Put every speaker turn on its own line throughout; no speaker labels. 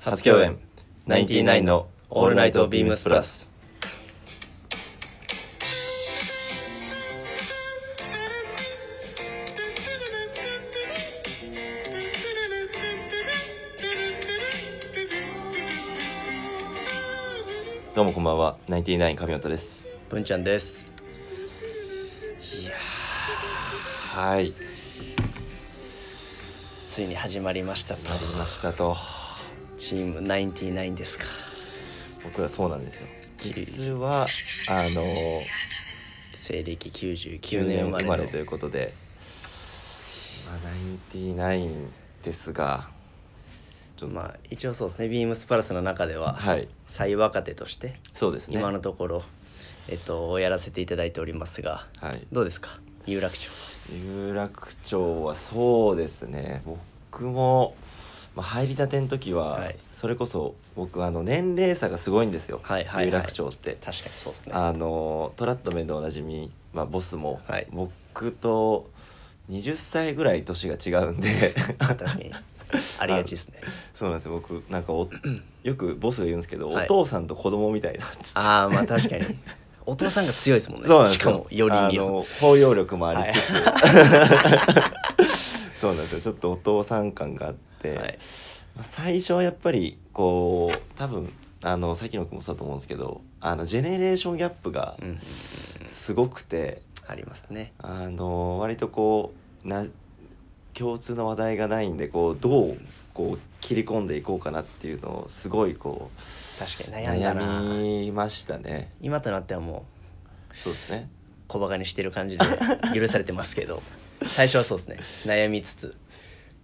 初共演ナインティナインのオールナイトビームスプラス。どうもこんばんは、ナインティナイン神本です。
文ちゃんです
はい、
ついに始まりましたと
なりましたと。
チーム99ですか
僕はそうなんですよ。
き
実は、あの
西暦99
9
年
年
生ま
生
れ
ま
の
れということで、まあ、ナインティナインですが、ちょっと、
まあ一応そうですねビームスプラスの中では
はい、
最若手として
そうですね。
今のところえっとやらせていただいておりますが
はい、
どうですか有楽町
有楽町はそうですね。僕も、まあ、入りたての時は、
はい
それこそ僕あの年齢差がすごいんですよ。
はいはいはい
有楽町って。
確かにそうですね
あのトラットメンでおなじみ、まあ、ボスも、
はい
僕と20歳ぐらい年が違うん で
確かにありがちですね
そうなんですよ僕なん かおよくボスが言うんですけど、
はい
お父さんと子供みたいなっつって
ああまあ確かにお父さんが強いですもんね
そうなんです
しかもより
あ
によ
の包容力もありつつ、 そうなんですよちょっとお父さん感があって、
はい
まあ最初はやっぱりこう多分あのさっきの君もそうだと思うんですけどあのジェネレーションギャップが
うんうんうん
すごくて。
ありますね
あの割とこうな共通の話題がないんでこうどうこう切り込んでいこうかなっていうのをすごいこう
確かに悩んだな
悩みましたね
今となってはもう
そうですね
小バカにしてる感じで許されてます けど最初はそうですね悩みつつ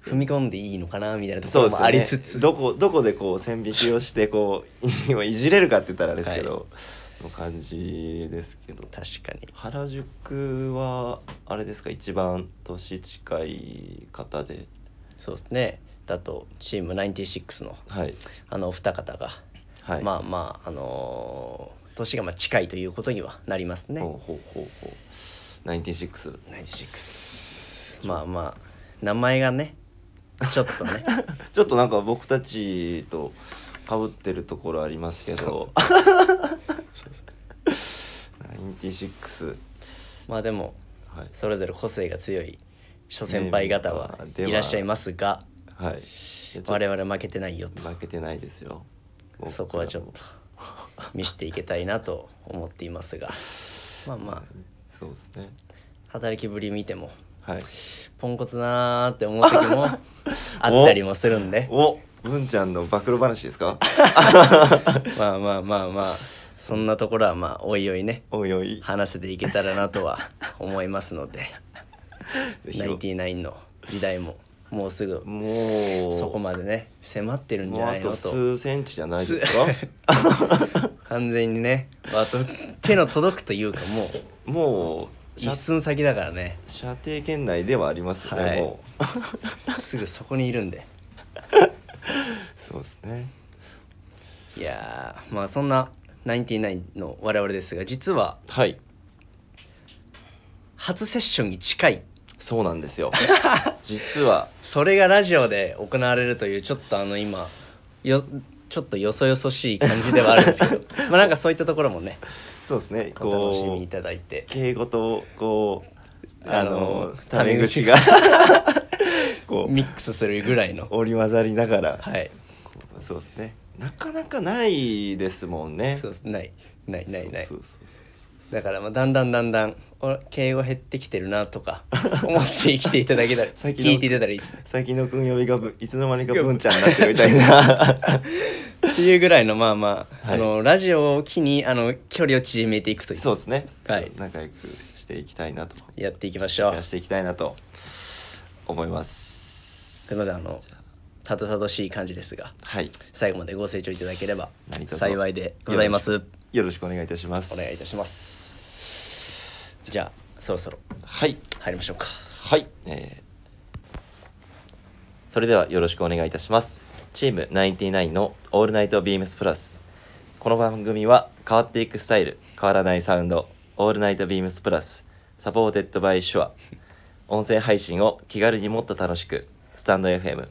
踏み込んでいいのかなみたいなとこ
そう
ろ
です
も
ね
ありつつ、
どこどこでこう線引きをしてこ う今いじれるかって言ったらあれですけど、の感じですけど
確かに
原宿はあれですか一番年近い方で
そうですねだとチーム96の
はい
あのお二方が、
はい
まあまああのー年がまあ近いということにはなりますね
ほうほうほうほう96
96まあまあ名前がねちょっと ね
ちょっとなんか僕たちと被ってるところありますけど。96
まあでも
はい
それぞれ個性が強い諸先輩方はいらっしゃいますが
はい。いやちょっ
我々負けてないよと
と負けてないですよ。僕
そこはちょっと見せていけたいなと思っています がまあまあ
そうですね。
働きぶり見ても
はい。
ポンコツなーって思う時 もあったりもするんで
お、文ちゃんの暴露話ですか？
まあまあまあまあそんなところはまあおいおいね
おいおい。
話せていけたらなとは思いますので
ぜひ
99の時代ももうすぐ
もう
そこまでね迫ってるんじ
も
ゃ
うあ
ない
と
のと
数センチじゃないですか？
完全にねあと手の届くというかもう
もう
一
射
寸先だからね
射程圏内ではありますよね。
はい
もう。
すぐそこにいるんで
そうですね。
いやーまあそんな99の我々ですが実は
はい。
初セッションに近い
そうなんです よ実は
それがラジオで行われるというちょっとあの今よちょっとよそよそしい感じではあるんですけどまあなんかそういったところもね
そうですね
お楽しみ
こ
いただいて
う敬語とこうあ
あ
の
の
タメ口が こう
ミックスするぐらいの
織り交ざりながら
はい
そうですねなかなかないですもんね
そうですないないないない
そうそうそうそうそう
だからまあだんだんだんだんお敬語減ってきてるなとか思って生きていただけたら
最近の
聞いていただいたらいいですね
最近の君呼びがぶいつの間にか文ちゃんになってるみたいな
っていうぐらいのまあまあ,、
はい
あのラジオを機にあの距離を縮めていくという
そうですね、
はい
仲良くしていきたいなと
やっていきましょう
していきたいなと思います
ということであの
じゃ
たどたどしい感じですが
はい
最後までご清聴いただければ
何卒
幸いでございます
よろしくお願いいたします
お願いいたしますじゃあそろそろ
はい
入りましょうか
はい、えーそれではよろしくお願いいたしますチーム99の「オールナイトビームスプラス」この番組は変わっていくスタイル変わらないサウンド「オールナイトビームスプラス」サポーテッドバイシュア音声配信を気軽にもっと楽しくスタンド FM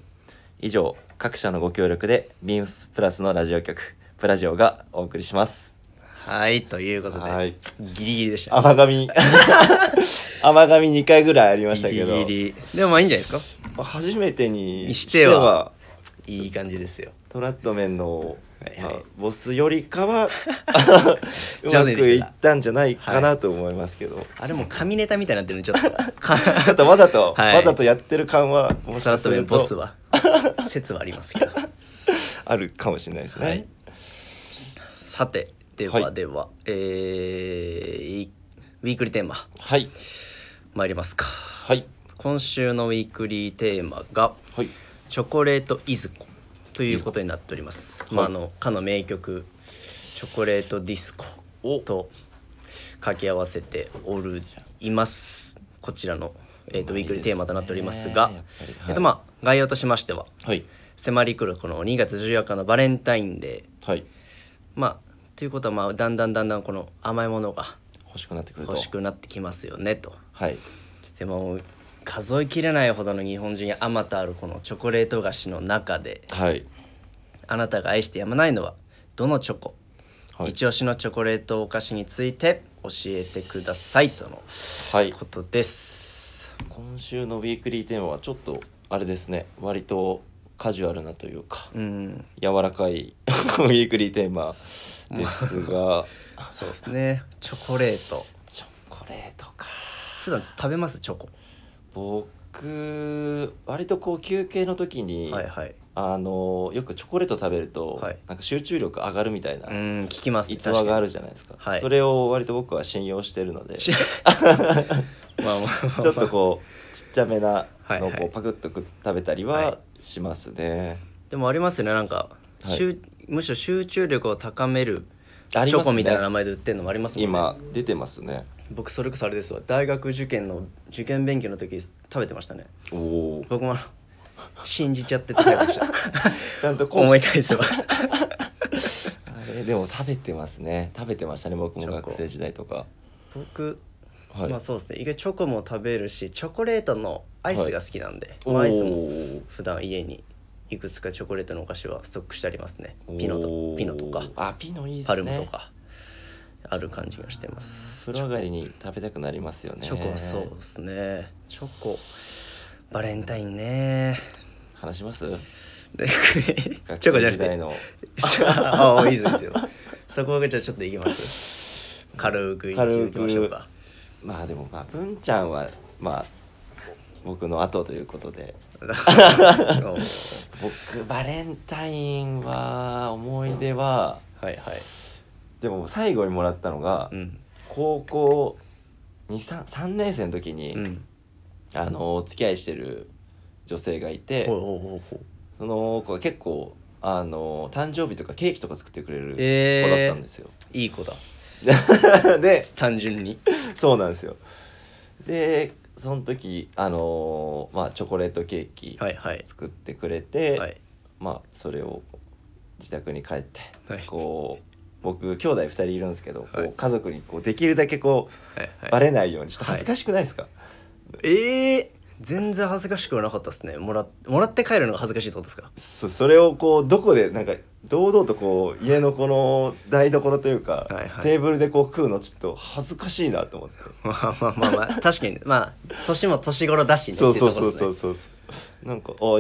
以上各社のご協力でビームスプラスのラジオ局プラジオがお送りします
はいということで、
はい
ギリギリでした
甘噛み 甘噛み2回ぐらいありましたけど
ギリギリでもまあいいんじゃないですか
初めてに
にしてはいい感じですよ
トラッドメンの、
はいはい
まあボスよりかはう
上
ま
手
く
にできた
いったんじゃないかなと思いますけど、
あれもう紙ネタみたいになってるのちょっと
ちょっとわざと、
はい
わざとやってる感はもし
トラ
か
ッ
す
トメ
る
ンボス
と
は説はありますけど
あるかもしれないですね、
はいさてで
は
はいでは、えーいウィークリーテーマ
はい
参りますか
はい
今週のウィークリーテーマが
はい
「チョコレートいずこ」ということになっております、
い
まあ、あのかの名曲「チョコレートディスコ」と掛け合わせておるいますこちらの、えー、とウィークリーテーマとなっておりますが
いいですねやっぱりはい
えっとまあ概要としましては
はい
迫り来るこの2月14日のバレンタインデー
はい
まあということはまあだんだんだんだんこの甘いものが
欲しくなってくると
欲しくなってきますよねと
はい
でも数えきれないほどの日本人にあまたあるこのチョコレート菓子の中で
はい
あなたが愛してやまないのはどのチョコ、
はい
一押しのチョコレートお菓子について教えてくださいとの
はい
ことです
今週のウィークリーテーマはちょっとあれですね割とカジュアルなというか
うん
柔らかい ウィークリーテーマですが
そうですねチョコレート
チョコレートか
普段食べますチョコ
僕割とこう休憩の時に、
はいはい
あのよくチョコレート食べると、
はい
なんか集中力上がるみたいな
うん聞きますね
逸話があるじゃないですか
はい
それを割と僕は信用してるので
し
ち
まあまあまあ
ょっとこうちっちゃめな
はい
のを
はい
こうパクッとく食べたり
は
はしますね、
でもありますよねなんか、
はい
集むしろ集中力を高めるチ
ありますね
ョコみたいな名前で売ってるのもありますもんね
今出てますね
僕それこそあれですわ大学受験の受験勉強の時食べてましたね
おお
僕もあの信じちゃって食べま した
ちゃんとこう
思い返せば
あれでも食べてますね食べてましたね僕も
チョコ
学生時代とか
僕、
はい、
まあそうですね意外とチョコも食べるしチョコレートのアイスが好きなんで、
お
まあ
ー
アイスも普段家にいくつかチョコレートのお菓子はストックしてありますねピノと
おー
ピノとか
あピノいいっす
パ
ね
ルムとかある感じがしてます
風呂上がりに食べたくなりますよね
チョコはそうですねチョコバレンタインね
話します
で
学
チョコじ
生
ゃなく
時代
て
の
ああいいですよいいですよそこがじゃあちょっといきます軽くい
軽く
きましょうか
まあでもまあ文ちゃんはまあ僕の後ということで
おー
僕バレンタインは思い出は
はいはい
でも最後にもらったのが
うん
高校23年生の時に、
うん
あのお付き合いしてる女性がいて、
ほうほうほうほう
その子は結構あの誕生日とかケーキとか作ってくれる
え
子
ー
だったんですよ。
いい子だ
で
単純に
そうなんですよ。でその時あのまあチョコレートケーキ
はいはい
作ってくれて、
はい
まあそれを自宅に帰って、
はい
こう僕兄弟2人いるんですけど、こう
はい
家族にこうできるだけこ
はいは
う
い
バレないようにちょっと恥ずかしくないですか、
ええ全然恥ずかしくはなかったですねもらもらって帰るのが恥ずかしいってことですか
そそれをこうどこでなんか堂々とこう家のこの台所というか、
はいはい
テーブルでこう食うのちょっと恥ずかしいなと思って
まあまあまあまあ確かにまあ年も年頃だしねって
そ
いううとこ
そう
ろ
そう
で
そ
すね
うそうなんかお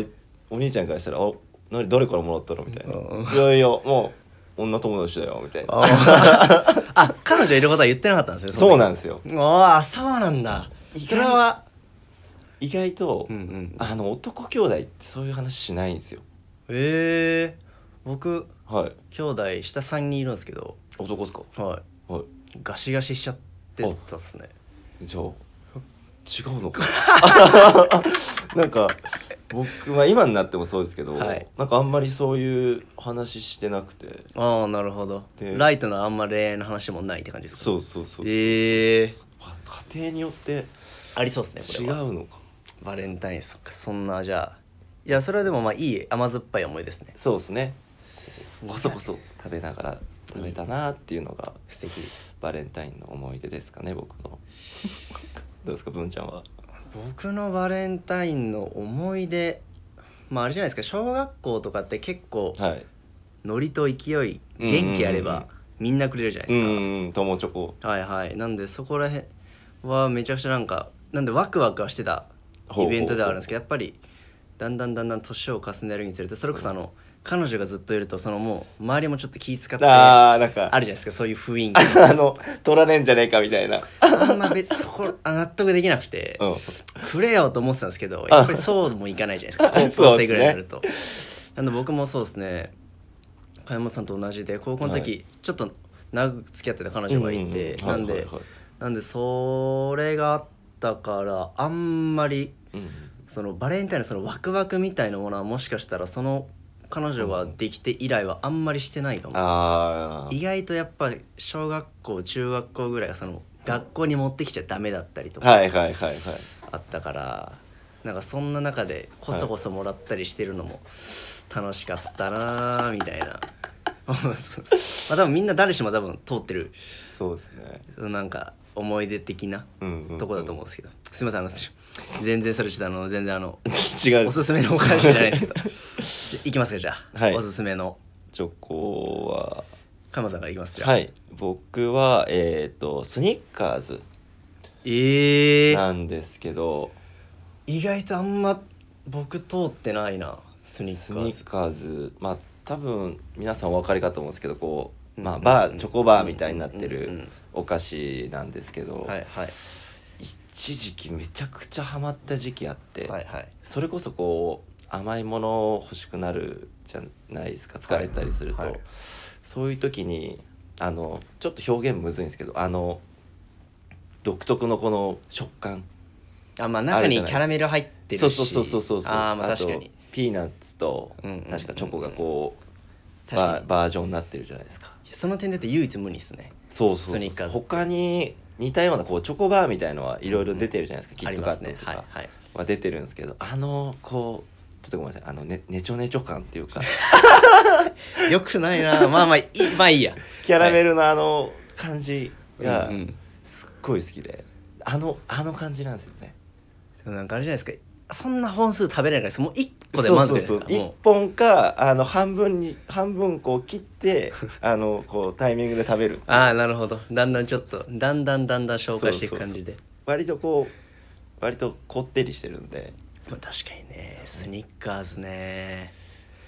お兄ちゃんからしたら「あなに誰からもらったの?」みたいな
うん
「いやいやもう女友達だよ」みたいな
あーあ彼女いることは言ってなかったんですね
そうなんんですよ
ああそうなんだ
意外
それは
意外と、
ん
あの男兄弟ってそういう話しないんですよ
ええ僕
はい
兄弟下3人いるんですけど
男っすか
は
はい
ガシガシしちゃってたっすね
いじゃあ違うのか なんか僕は今になってもそうですけど、
はい
なんかあんまりそういう話してなくて
ああなるほど
で
ライトのあんま恋愛の話もないって感じですか
そうそうそうそうそうそう
ええ
あ家庭によって
ありそうですね
違
これは
うのか
バレンタインそっかそんなじゃあじゃあそれはでもまあいい甘酸っぱい思いですね
そうですねこそこそ食べながら食べたなっていうのが
素敵
バレンタインの思い出ですかね僕 のどうですか文ちゃんは
僕のバレンタインの思い出まああれじゃないですか小学校とかって結構
はい
ノリと勢
う
い
んうんうん
元気あればみんなくれるじゃないうですか、
んうん友チョコ
はいはいなんでそこら辺はめちゃくちゃなんかなんでワクワクはしてた
ほうほう
イベントではあるんですけどやっぱりだんだんだんだん年を重ねるにつれてそれこそあの彼女がずっといるとそのもう周りもちょっと気使ってあ
あーなんか
るじゃないですかそういう雰囲気
あの取られんじゃねえかみたいな
あんま別そこあ納得できなくて、
うん
くれよと思ってたんですけどやっぱりそうもいかないじゃないです か高校生ぐらいになると、なんで僕もそうですね加山さんと同じで高校の時、
は
ちょっと長く付き合ってた彼女がいて、
うんうん
なんで、
はいはいはい
なんでそれがあったからあんまり
うん
そのバレンタインのそのワクワクみたいなものはもしかしたらその彼女ができて以来はあんまりしてないかも、
あ
意外とやっぱり小学校中学校ぐらいがその学校に持ってきちゃダメだったりと
あ
か
はいはいはいはい
あったから、なんかそんな中でこそこそもらったりしてるのも楽しかったなーみたいな そうそうまあ多分みんな誰しも多分通ってる
そうですね
そのなんか思い出的な
うんうん、うん、
とこだと思うんですけど、すいませんあのちょ全然それちょっとあの全然あの
違う
おすすめのお菓子じゃないですけ どじゃいきますかじゃあ、
はい
おすすめの
チョコは
カ山さんからいきますじゃあ、
はい僕はえっ、とスニッカーズ
えー、
なんですけど
意外とあんま僕通ってないなスニ
ス
ッカー
ニ
ズ
ッカーズまあ多分皆さんお分かりかと思うんですけどこう、ま
う
あ、
ん
バーチョコバーみたいになって
うんうんうんう
る
ん
お菓子なんですけど、
はいはい
一時期めちゃくちゃハマった時期あって、
はいはい
それこそこう甘いもの欲しくなるじゃないですか疲れたりすると、
はいはい
そういう時にあのちょっと表現むずいんですけどあの独特のこの食感
あまあ中にキャラメル入ってるし
そうそうそうそうそうそう
あーまあ確か
と
に
ピーナッツと
うんうんうんうん
確かチョコがこう
確か
バ
に
バージョンになってるじゃないですか
その点だって唯一無二っすね
そうそう
スニッ
そ
カ
う
ーズ
他に似たようなこうチョコバーみたいのはいろいろ出てるじゃないですか、キ
あ
ッ
り
トカ
ま
ッ
す
ト
ね
とか
はい
は、
はい
出てるんですけどあのこうちょっとごめんなさいあのねねちょねちょ感っていう か
よくないなまあまあいいまあいいや
キャラメルのあの感じが
うんうん
すっごい好きで、あのあの感じなんですよね
でもなんかあれじゃないですかそんな本数食べれないからそのもう1個で
そう
満
そ
足
う
です
そう
から
1
も
本かあの半分に半分こう切って あのこうタイミングで食べる
うああなるほどだんだんちょっとだんだんだんだん消化していく感じで
そうそうそう割とこう割とこってりしてるんで
まあ確かにねスニッカーズね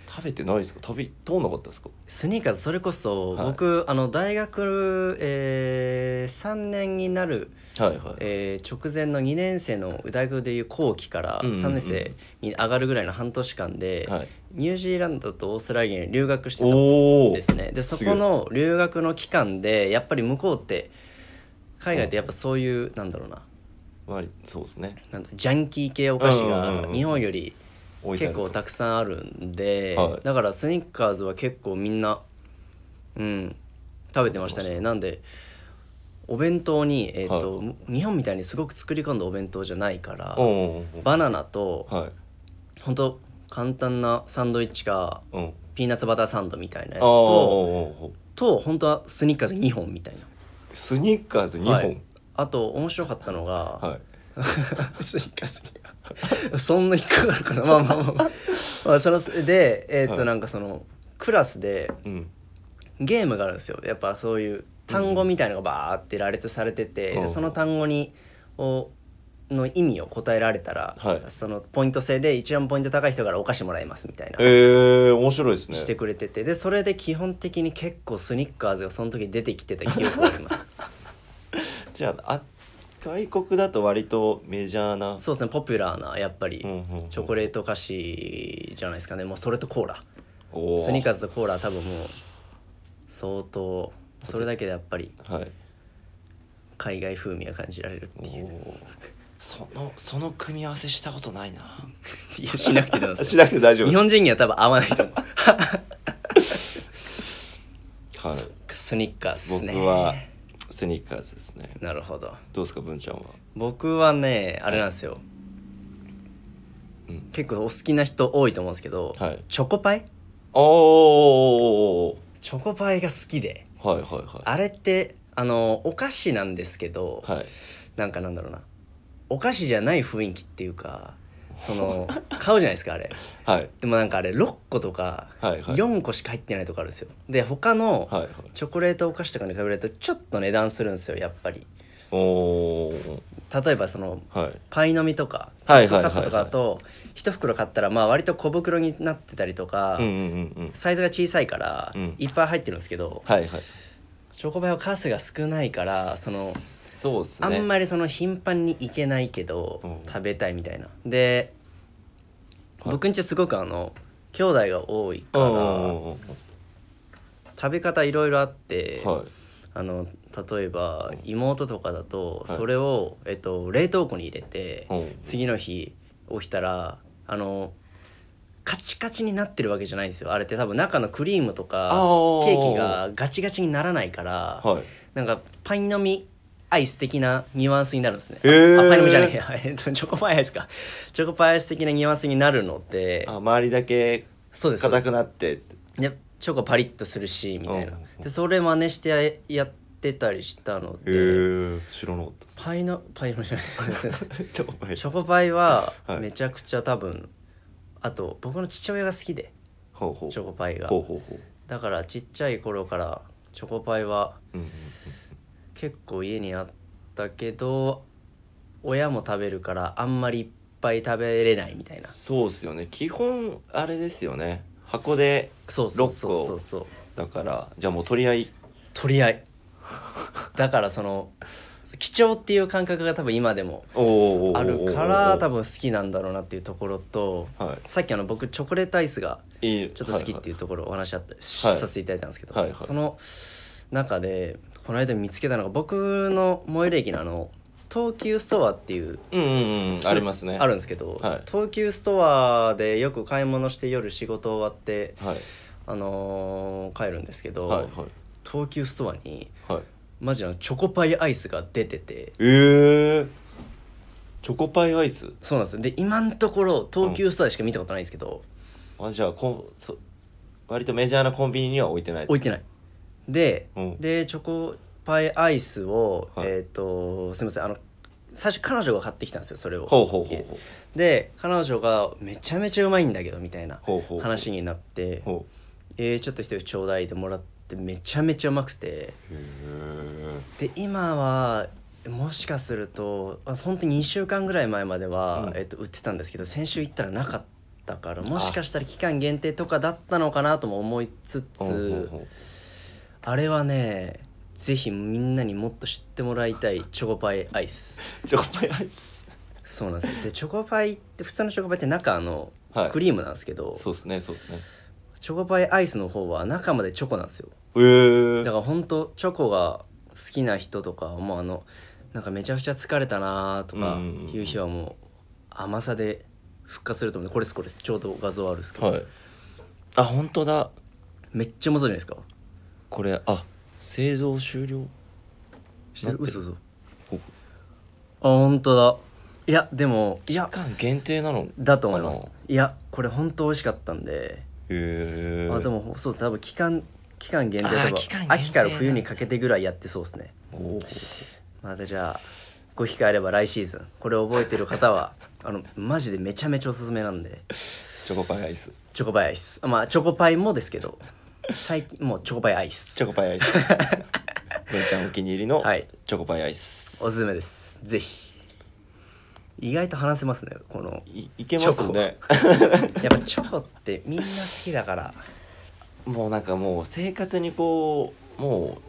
食べてないですか飛び通んなかったですか
スニーカーズそれこそ
はい
僕、あの大学、え3年になる
はいはい
えー直前の2年生の大学でいう後期から
うんうんうん
3年生に上がるぐらいの半年間で、
はい
ニュージーランドとオーストラリアに留学してたん
おお
ですねでそこの留学の期間でやっぱり向こうって海外ってやっぱそういうなんだろうな
割そうですね
なんだジャンキー系お菓子
うんうんうん
が
うん
日本より
置いてあ
結
ると
構たくさんあるんで、
はい
だからスニッカーズは結構みんなうん食べてましたねなんでお弁当に、えーと
は
日本みたいにすごく作り込んだお弁当じゃないから
うんうんうん
バナナと
はい
本当簡単なサンドイッチか
うん
ピーナッツバターサンドみたいなやつ
ああ
と
ー
と本当はスニッカーズ2本みたいな
スニッカーズ2本
は
はいい、
あと面白かったのが、 スニッカーズにはそんな引っかかるかなまあまあまあ まあ、まあ、そのでえーっ
は
と
い
なんかそのクラスで
うん
ゲームがあるんですよやっぱそういう単語みたいのがバーって羅列されてて、
うん
でその単語にをの意味を答えられたら、
はい
そのポイント制で一番ポイント高い人からお菓子もらえますみたいな、
えー、面白いですね
してくれててでそれで基本的に結構スニッカーズがその時出てきてた記憶があります
じゃああ外国だと割とメジャーな
そうですねポピュラーなやっぱり、
うんうんうん
チョコレート菓子じゃないですかねもうそれとコーラ
おー
スニーカーズとコーラは多分もう相当それだけでやっぱり
はい
海外風味が感じられるっ
お
ていう
ーそのその組み合わせしたことないな
いやしなくてどう ぞ
しなくて大丈夫
日本人には多分合わないと思う
はい
そっかスニッカーズっすね
僕はスニッカーズですね
なるほど
どうですか文ちゃんは
僕はねあれなんですよ、
うん
結構お好きな人多いと思うんですけど、
はい
チョコパイ
おー
チョコパイが好きで
はいはいは
あれってあのお菓子なんですけど、
いはい
なんかなんだろうなお菓子じゃない雰囲気っていうかその 買うじゃないですかあれ
はい
でもなんかあれ6個とか
はいはい
4個しか入ってないとかあるんですよで他の
はいはい
チョコレートお菓子とかに比べるとちょっと値段するんですよやっぱり
おー
例えばその
はい
パイの実とか
はい
キッ
はいはいはい
トカットとかだと1袋買ったらまあ割と小袋になってたりとか
うんうんうんうん
サイズが小さいから
うん
いっぱい入ってるんですけど
はいはい
チョコバイは数が少ないからその
そうですね
あんまりその頻繁に行けないけど
うん
食べたいみたいなで
はい
僕んちすごくあの兄弟が多いか
うん
ら
うんうん
食べ方いろいろあって
うんはい
あの例えば妹とかだと
はい
それをえっと冷凍庫に入れて
うん
次の日起きたらあのカチカチになってるわけじゃないんですよあれって多分中のクリームとか
あー
ケーキがガチガチにならないから
はい
なんかパイの実アイス的なニュアンスになるんですね。
へー
あパイの実じゃねえやえっとチョコパイアイスか。チョコパイアイス的なニュアンスになるので
あ周りだけ
そうですそうで
硬
す
くなって
でチョコパリッとするしみた
う
いな
んうんうん
でそれ真似してややってたりしたの
へ
で
え知らなかったです
パイのパイのじゃない
ちょっと待って
チョコパイは
はい
めちゃくちゃ多分、あと僕の父親が好きで
ほうほう
チョコパイが
ほうほうほう
だからちっちゃい頃からチョコパイは
うんうんうん
結構家にあったけど親も食べるからあんまりいっぱい食べれないみたいな
そうっすよね基本あれですよね箱で
そうそうそうそうそう
だからじゃあもう取り合い
取り合いだからその貴重っていう感覚が多分今でも
お
あるから多
分
分好きなんだろうなっていうところと、
は
さっきあの僕チョコレートアイスが
いいい
ちょっと好きっ
は
ていうところをお話しあった、し
はい
させていただいたんですけど、
はいはい
その中でこの間見つけたのが僕の最寄り駅のあの東急ストアっていう
いはいうんうんうんありますね
あるんですけど、
はい
東急ストアでよく買い物して夜仕事終わって、
はい
あのー帰るんですけど、
はいはい
東急ストアに
はい
マジのチョコパイアイスが出てて
えー、チョコパイアイス
そうなんですよで今のところ東急ストアでしか見たことないんですけど、
あじゃあこんそ割とメジャーなコンビニには置いてない
置いてないで、
うん
でチョコパイアイスを、
はい
えっ、とすみませんあの最初彼女が買ってきたんですよそれを
ほうほうほうほう
で彼女がめちゃめちゃうまいんだけどみたいな
ほうほうほう
話になって
ほ
えー、ちょっと一人ちょうだいでもらってめちゃめちゃうまくて
うへえ
で今はもしかするとあ本当に2週間ぐらい前まで
う
は、
ん
えっと、売ってたんですけど先週行ったらなかったからもしかしたら期間限定とかだったのかなとも思いつつあれはねぜひみんなにもっと知ってもらいたいチョコパイアイス
チョコパイアイス
そうなんですよでチョコパイって普通のチョコパイって中あの
はい
クリームなんですけど、
そうですねそうですね
チョコパイアイスの方は中までチョコなんですよ
えー、
だから本当チョコが好きな人とかはもうあのなんかめちゃくちゃ疲れたなーとか
うんうんうん
いう日はもう甘さで復活すると思うんでこれですこれですちょうど画像あるんですけど、
はいあ本当だ
めっちゃ戻るじゃないですか
これあ製造終了
してる
なって
嘘嘘あ
ほ
本当だいやでもい
期
や
間限定なの
だと思います
かない
やこれ本当美味しかったんで、
へえ
あでもそうです多分期間期間限定と
あ
か
ー期間限定
秋から冬にかけてぐらいやってそうですね
おお
またじゃあご機会あれば来シーズンこれ覚えてる方は あのマジでめちゃめちゃおすすめなんで
チョコパイアイス
チョコパイアイスまあチョコパイもですけど最近もうチョコパイアイス
チョコパイアイス 文ちゃんお気に入りの
はい
チョコパイアイス、
おすすめですぜひ意外と話せますねこの
い、いけますね
やっぱチョコってみんな好きだから
もうなんかもう生活にこうもう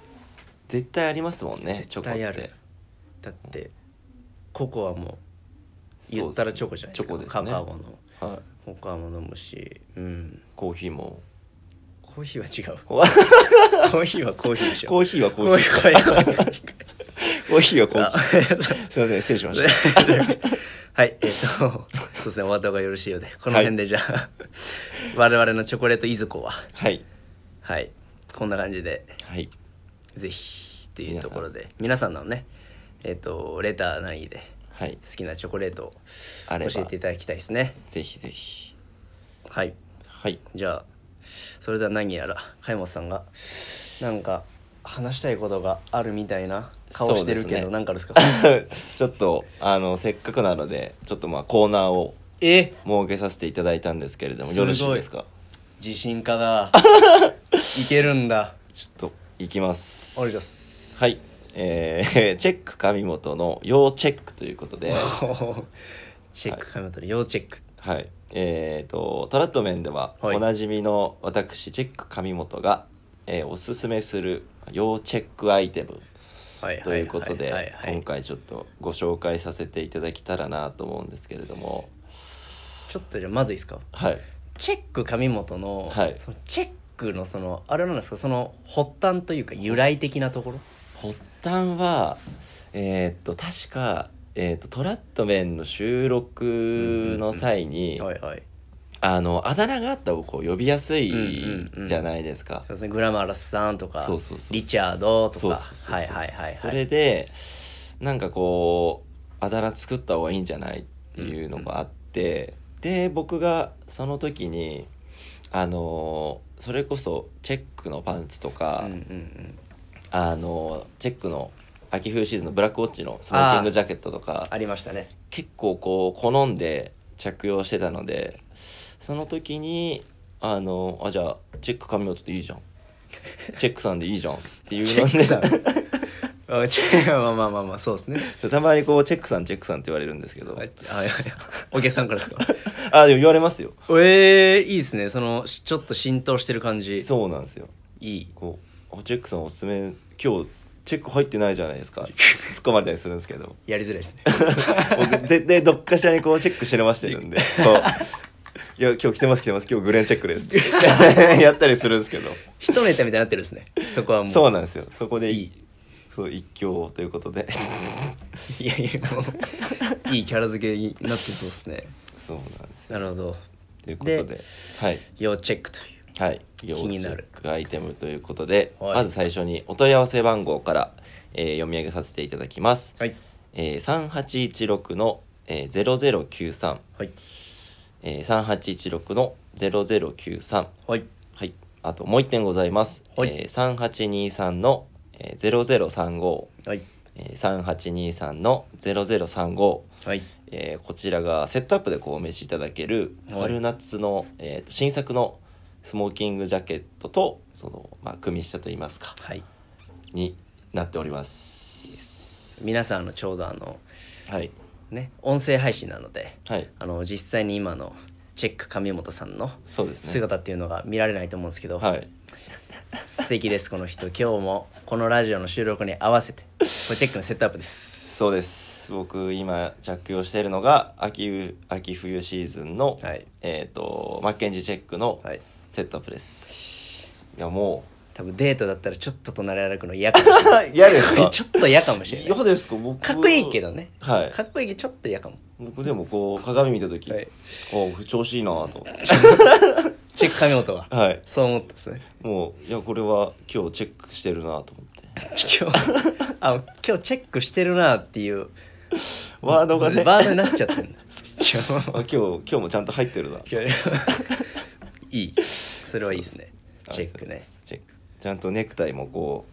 絶対ありますもんねチョコ
絶
って
対あるだってココアも言ったらチョコじゃないですか
そうです
カ
ねチョ
カオ
コですね
の
はい
コカオも飲むしうん
コーヒーも
コーヒーは違う
コー
コーヒーはコーヒーでしょ
ヒーはコ
コー
ーヒ
ヒ
ー
ーはコーヒー
コーヒーはコーヒー
あ
すいません失礼しました
はいえっ、とそうですね終わった方がよろしいようでこの辺でじゃあ、我々のチョコレートいずこは
はい
はいこんな感じで
はい
ぜひっていうところで皆さんのねえっ、とレターなりで
はい
好きなチョコレートを
あれば
教えていただきたいですね
ぜひぜひ
はい
はい
じゃあそれでは何やら貝本さんがなんか話したいことがあるみたいな顔してる
そう
け
です
ど
ね
なんかですか
ちょっとあのせっかくなのでちょっとまあコーナーを
え
設けさせていただいたんですけれども
す
よ
ごい
ろしいですか
自信家だいける んだ
ちょっと行きます
ありがとうございま
はいえー チェック上本の要チェックということで
チェックカメラと要チェック
はいえー、とトラットメンでは
はい
おなじみの私チェック上本が、えーおすすめする要チェックアイテム
はは
ということ
はは
で
はい
今回ちょっとご紹介させていただけたらなと思うんですけれども
ちょっとじゃあまずいいですか
はい
チェック上本の,、
はい
そのチェックのそのあれなんですかその発端というか由来的なところ
発端はえーっと確か、えーっとトラットメンの収録の際に、
はいはい
あのあだ名があった方がこう呼びやすい
うんうんうん
じゃないですか
そう。ですねグラマラスさんとか
そうそうそう
リチャードと
そう
か
そうそうそう
はいはいはい
そ
は
れ
い
でなんかこうあだ名作った方がいいんじゃないっていうのがあって、で僕がその時にあのーそれこそチェックのパンツとか、
うんうんうん
あのーチェックの秋冬シーズンのブラックウォッチのスモーキングジャケットとか
ありましたね
結構こう好んで着用してたのでその時にあのあじゃあチェック髪型でいいじゃんチェックさんでいいじゃんっていう
チェ
の
ックさん
で
あチェックまあまあまあまあそうですね
そうたまにこうチェックさんチェックさんって言われるんですけど
はいはいはいお客さんからですか
あでも言われますよ
ええいいですねそのしちょっと浸透してる感じ
そうなんですよ
いい
こうあチェックさんおすすめ今日チェック入ってないじゃないですか突っ込まれたりするんですけど
やりづらいですね
僕絶対どっかしらにこうチェックしてましてるんでこうい や今日来てます来てます今日グレーンチェック です」って言ってやったりするんですけど
一ネタみたいになってるんですねそこはもう
そうなんですよそこで
いい
そう一強ということ で
いやいやもういいキャラ付けになってそうですね
そうなんですよ
なるほど
ということで
で
はい
要チェックという
はい要チ
にな
ェッ
る
クアイテムということで、
はい
まず最初にお問い合わせ番号から、えー読み上げさせていただきます、
はい
えー、3816の、えー、0093、
はい
えー、3816の0093
はい
はいあともう一点ございます、
はい
えー、3823の、えー、0035
はい
えー3823の0035
はい
えーこちらがセットアップでこうお召しいただける
はい
マルナッツの、えーと新作のスモーキングジャケットとその、まあ、組下といいますか
はい
になっております
皆さんあのちょうどあの
はい
ね音声配信なので
はい
あの実際に今のチェック上本さんの
そうですね
姿っていうのが見られないと思うんですけど、
はい
素敵ですこの人今日もこのラジオの収録に合わせてこれチェックのセットアップです
そうです僕今着用しているのが秋秋冬シーズンの、
はい
えっ、とマッケンジーチェックの
はい
セットアップです、い、やも
多分デートだったらちょっと隣歩くの 嫌かもしれない
嫌 ですか
ちょっと嫌かもし
う
れない
嫌ですか僕
かっこいいけどね
はい
かっこいいけどちょっと嫌かも
僕でもこう鏡見た時、
はい
おう調子いいなぁと
チェック上本は
はい
そう思ったんですね
もういやこれは今日チェックしてるなぁと思って
今日あ今日チェックしてるなっていう
ワードがね
バードになっちゃってんだ 今日
あ今日今日もちゃんと入ってるな
今日いいそれはいいですねチェックね
チェックちゃんとネクタイもこ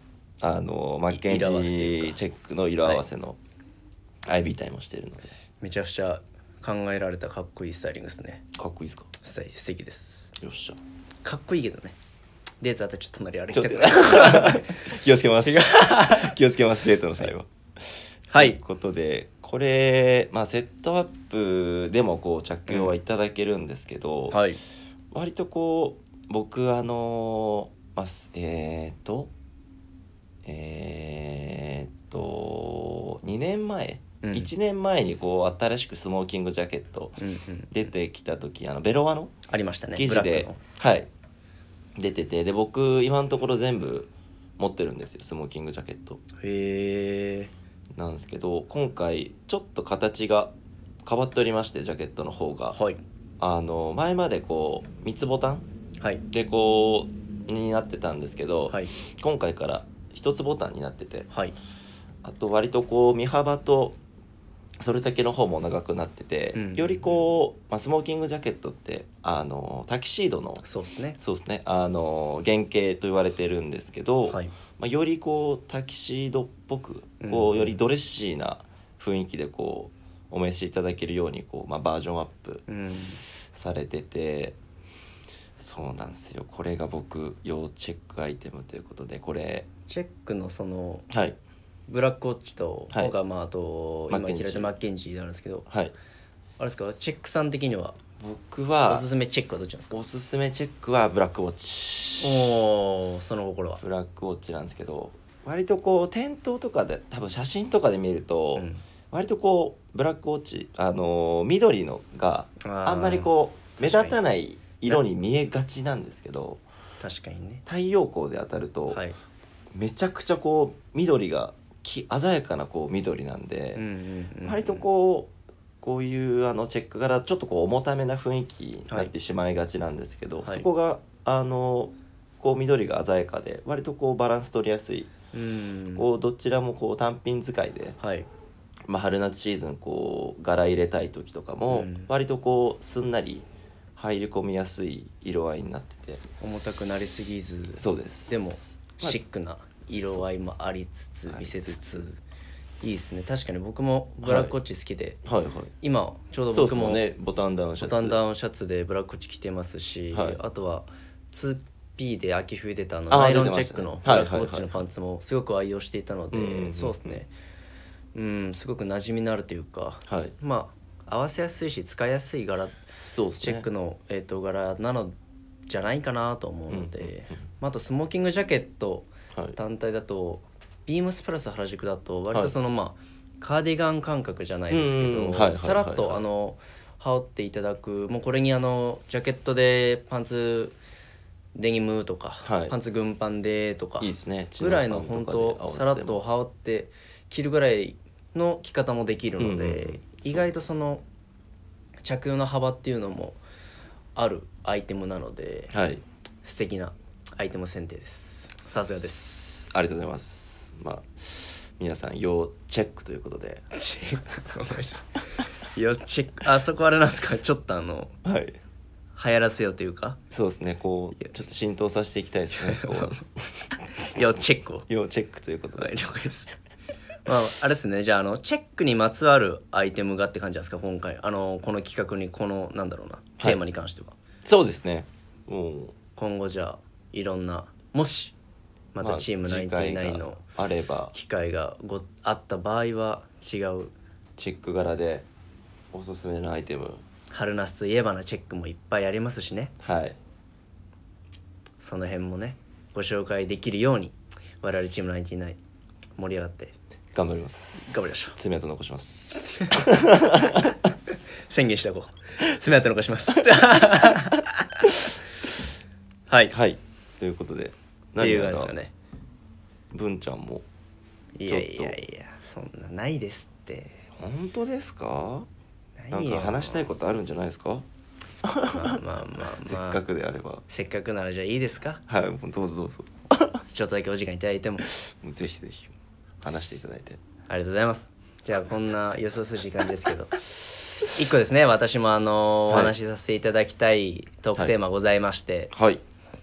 うあのマッケンジ
色合わせという
ー
か
チェックの色合わせのアイビータイもしてるので、
めちゃくちゃ考えられたかっこいいスタイリングですね
かっこいいですか
スタイ素敵です
よっしゃ
かっこいいけどねデートだったらちょっと隣歩
ち
き
ょったと
くない
気をつけます気をつけますデートの際は
はい
ということでこれ、まあ、セットアップでもこう着用はいただけるんですけど、
はい
割とこう僕あのまあすえっ、とえっ、と2年前、
うん
1年前にこう新しくスモーキングジャケット
うんうん
出てきた時あのベロワの
ありましたね
記
ブ
事
ラッ
で、
クの
はい出ててで僕今のところ全部持ってるんですよスモーキングジャケット
へえ
なんですけど今回ちょっと形が変わっておりましてジャケットの方が、
はい
あの前までこう三つボタン
はい
でこうになってたんですけど、
はい
今回から一つボタンになってて
はい
あと割とこう身幅とそれだけの方も長くなってて、
うん
よりこう、まあ、スモーキングジャケットってあのタキシードの
そうですね
そうですねあの原型と言われてるんですけど、
はい
まあ、よりこうタキシードっぽく
うん
こうよりドレッシーな雰囲気でこうお召しいただけるようにこう、まあ、バージョンアップ
うん
されててそうなんですよこれが僕要チェックアイテムということでこれ
チェックのその
はい
ブラックウォッチと、
はい
他まああと
マッ
今
ケンジー
嫌いたマッケンジーなんですけど
はい
あれですかチェックさん的には
僕
お
は
すすめチェックはどっちなんですか
おすすめチェックはブラックウォッチ
おおその心は
ブラックウォッチなんですけど割とこう店頭とかで多分写真とかで見ると、
うん
割とこうブラックウォッチあのー緑のが
あ
あんまりこう目立たない色に見えがちなんですけど
う確かにね
太陽光で当たると、
はい
めちゃくちゃこう緑がき鮮やかなこう緑なんで、
うんうんうんうん
割とこうこういうあのチェック柄ちょっとこう重ためな雰囲気になってしまいがちなんですけど、
はい
そこがあのこう緑が鮮やかで割とこうバランス取りやすい、
うん
こうどちらもこう単品使いで、
はい
まあ、春夏シーズンこう柄入れたい時とかも
うん
割とこうすんなり入り込みやすい色合いになってて
重たくなりすぎず
そうです
でも
まあ
シックな色合いもありつつ
そう
見せつ
あ
ついいですね確かに僕もブラックウォッチ好きで、
はいはい
今ちょうど
そうで
僕
すも
も
んねボタンダウンシャ
ボ
ツ
タンダウンシャツでブラックウォッチ着てますし、
はい
あとは 2P で秋冬出たあの
あー
ナイロンチェックの
出
ブ
てま
ラッ
したね
クウォッチのパンツもすごく愛用していたので、
はいはいはいうん
そうですねうんすごく馴染みのあるというか
はい
まあ合わせやすいし使いやすい柄
そうですね
チェックの、えー、と柄なのじゃないかなと思うので、
うんうんうん
まああとスモーキングジャケット
はい
単体だとビームスプラス原宿だと割
は
と
い
そのまあ、カーディガン感覚じゃないですけ
うんうん
ど、
はいはい
さらっ
はいは
と
い
あの羽織っていただくもうこれにあのジャケットでパンツデニムとか、
はい
パンツ軍パンでとか
いいですね
ぐらいの本当さらっと羽織って着るぐらいの着方もできるので、
うんうんうん
意外とその着用の幅っていうのもあるアイテムなので
はい
素敵なアイテム選定ですさすがです
ありがとうございますまあ皆さん要チェックということで
チェックいやチェックあそこあれなんですかちょっとあの
はい
流行らせようというか
そうですねこうちょっと浸透させていきたい ですねこう
要チェックを
要チェックということ
はい
で
了解ですまああれですねじゃああのチェックにまつわるアイテムがって感じなんですか今回あのこの企画にこのなんだろうなテーマに関しては、
そうですねもう
今後じゃあいろんなもしまたチーム99の
次回があれば
機会がごあった場合は違う
チェック柄でおすすめのアイテム
春夏といえばなチェックもいっぱいありますしね
はい
その辺もねご紹介できるように我々チーム99盛り上がって
頑張ります
頑張りましょう
爪痕残します
宣言しておこう 爪痕残しますはいっ
はいということで
ていう
何や
感じですからね
文ちゃんも
いやいやいやそんなないですって
本当ですかな
ない
ん
よ
か話したいことあるんじゃないですか
まあまあまあ
せっ
まあ
かくであれば
せっかくならじゃあいいですか
はいもうどうぞどうぞ
ちょっとだけお時間いただいても
もうぜひぜひ話していただいて
ありがとうございますじゃあこんな予想筋いい感じです けど一個ですね私もあのお
はい
話しさせていただきたいトークテーマございまして、
はい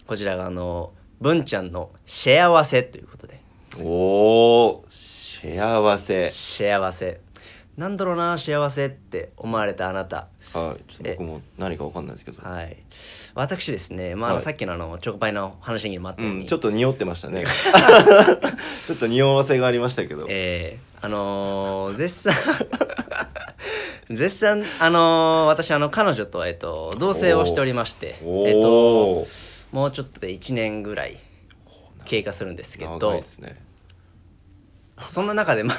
こちらがあの文ちゃんの幸せということで
おー幸せ
幸せなんだろうな幸せって思われたあなた
はいちょっと僕も何かわかんないですけど
はい私ですねまああの、
はい
さっきのあのチョコパイの話にもあった
う
ように、
んちょっと匂ってました ねちょっと匂わせがありましたけど
えー、あのー、絶賛 絶賛あのー、私あの彼女と,、えっと同棲をしておりまして
お
えっと
お
もうちょっとで1年ぐらい経過するんですけ
長い
ど
ですね
そんな中で まあ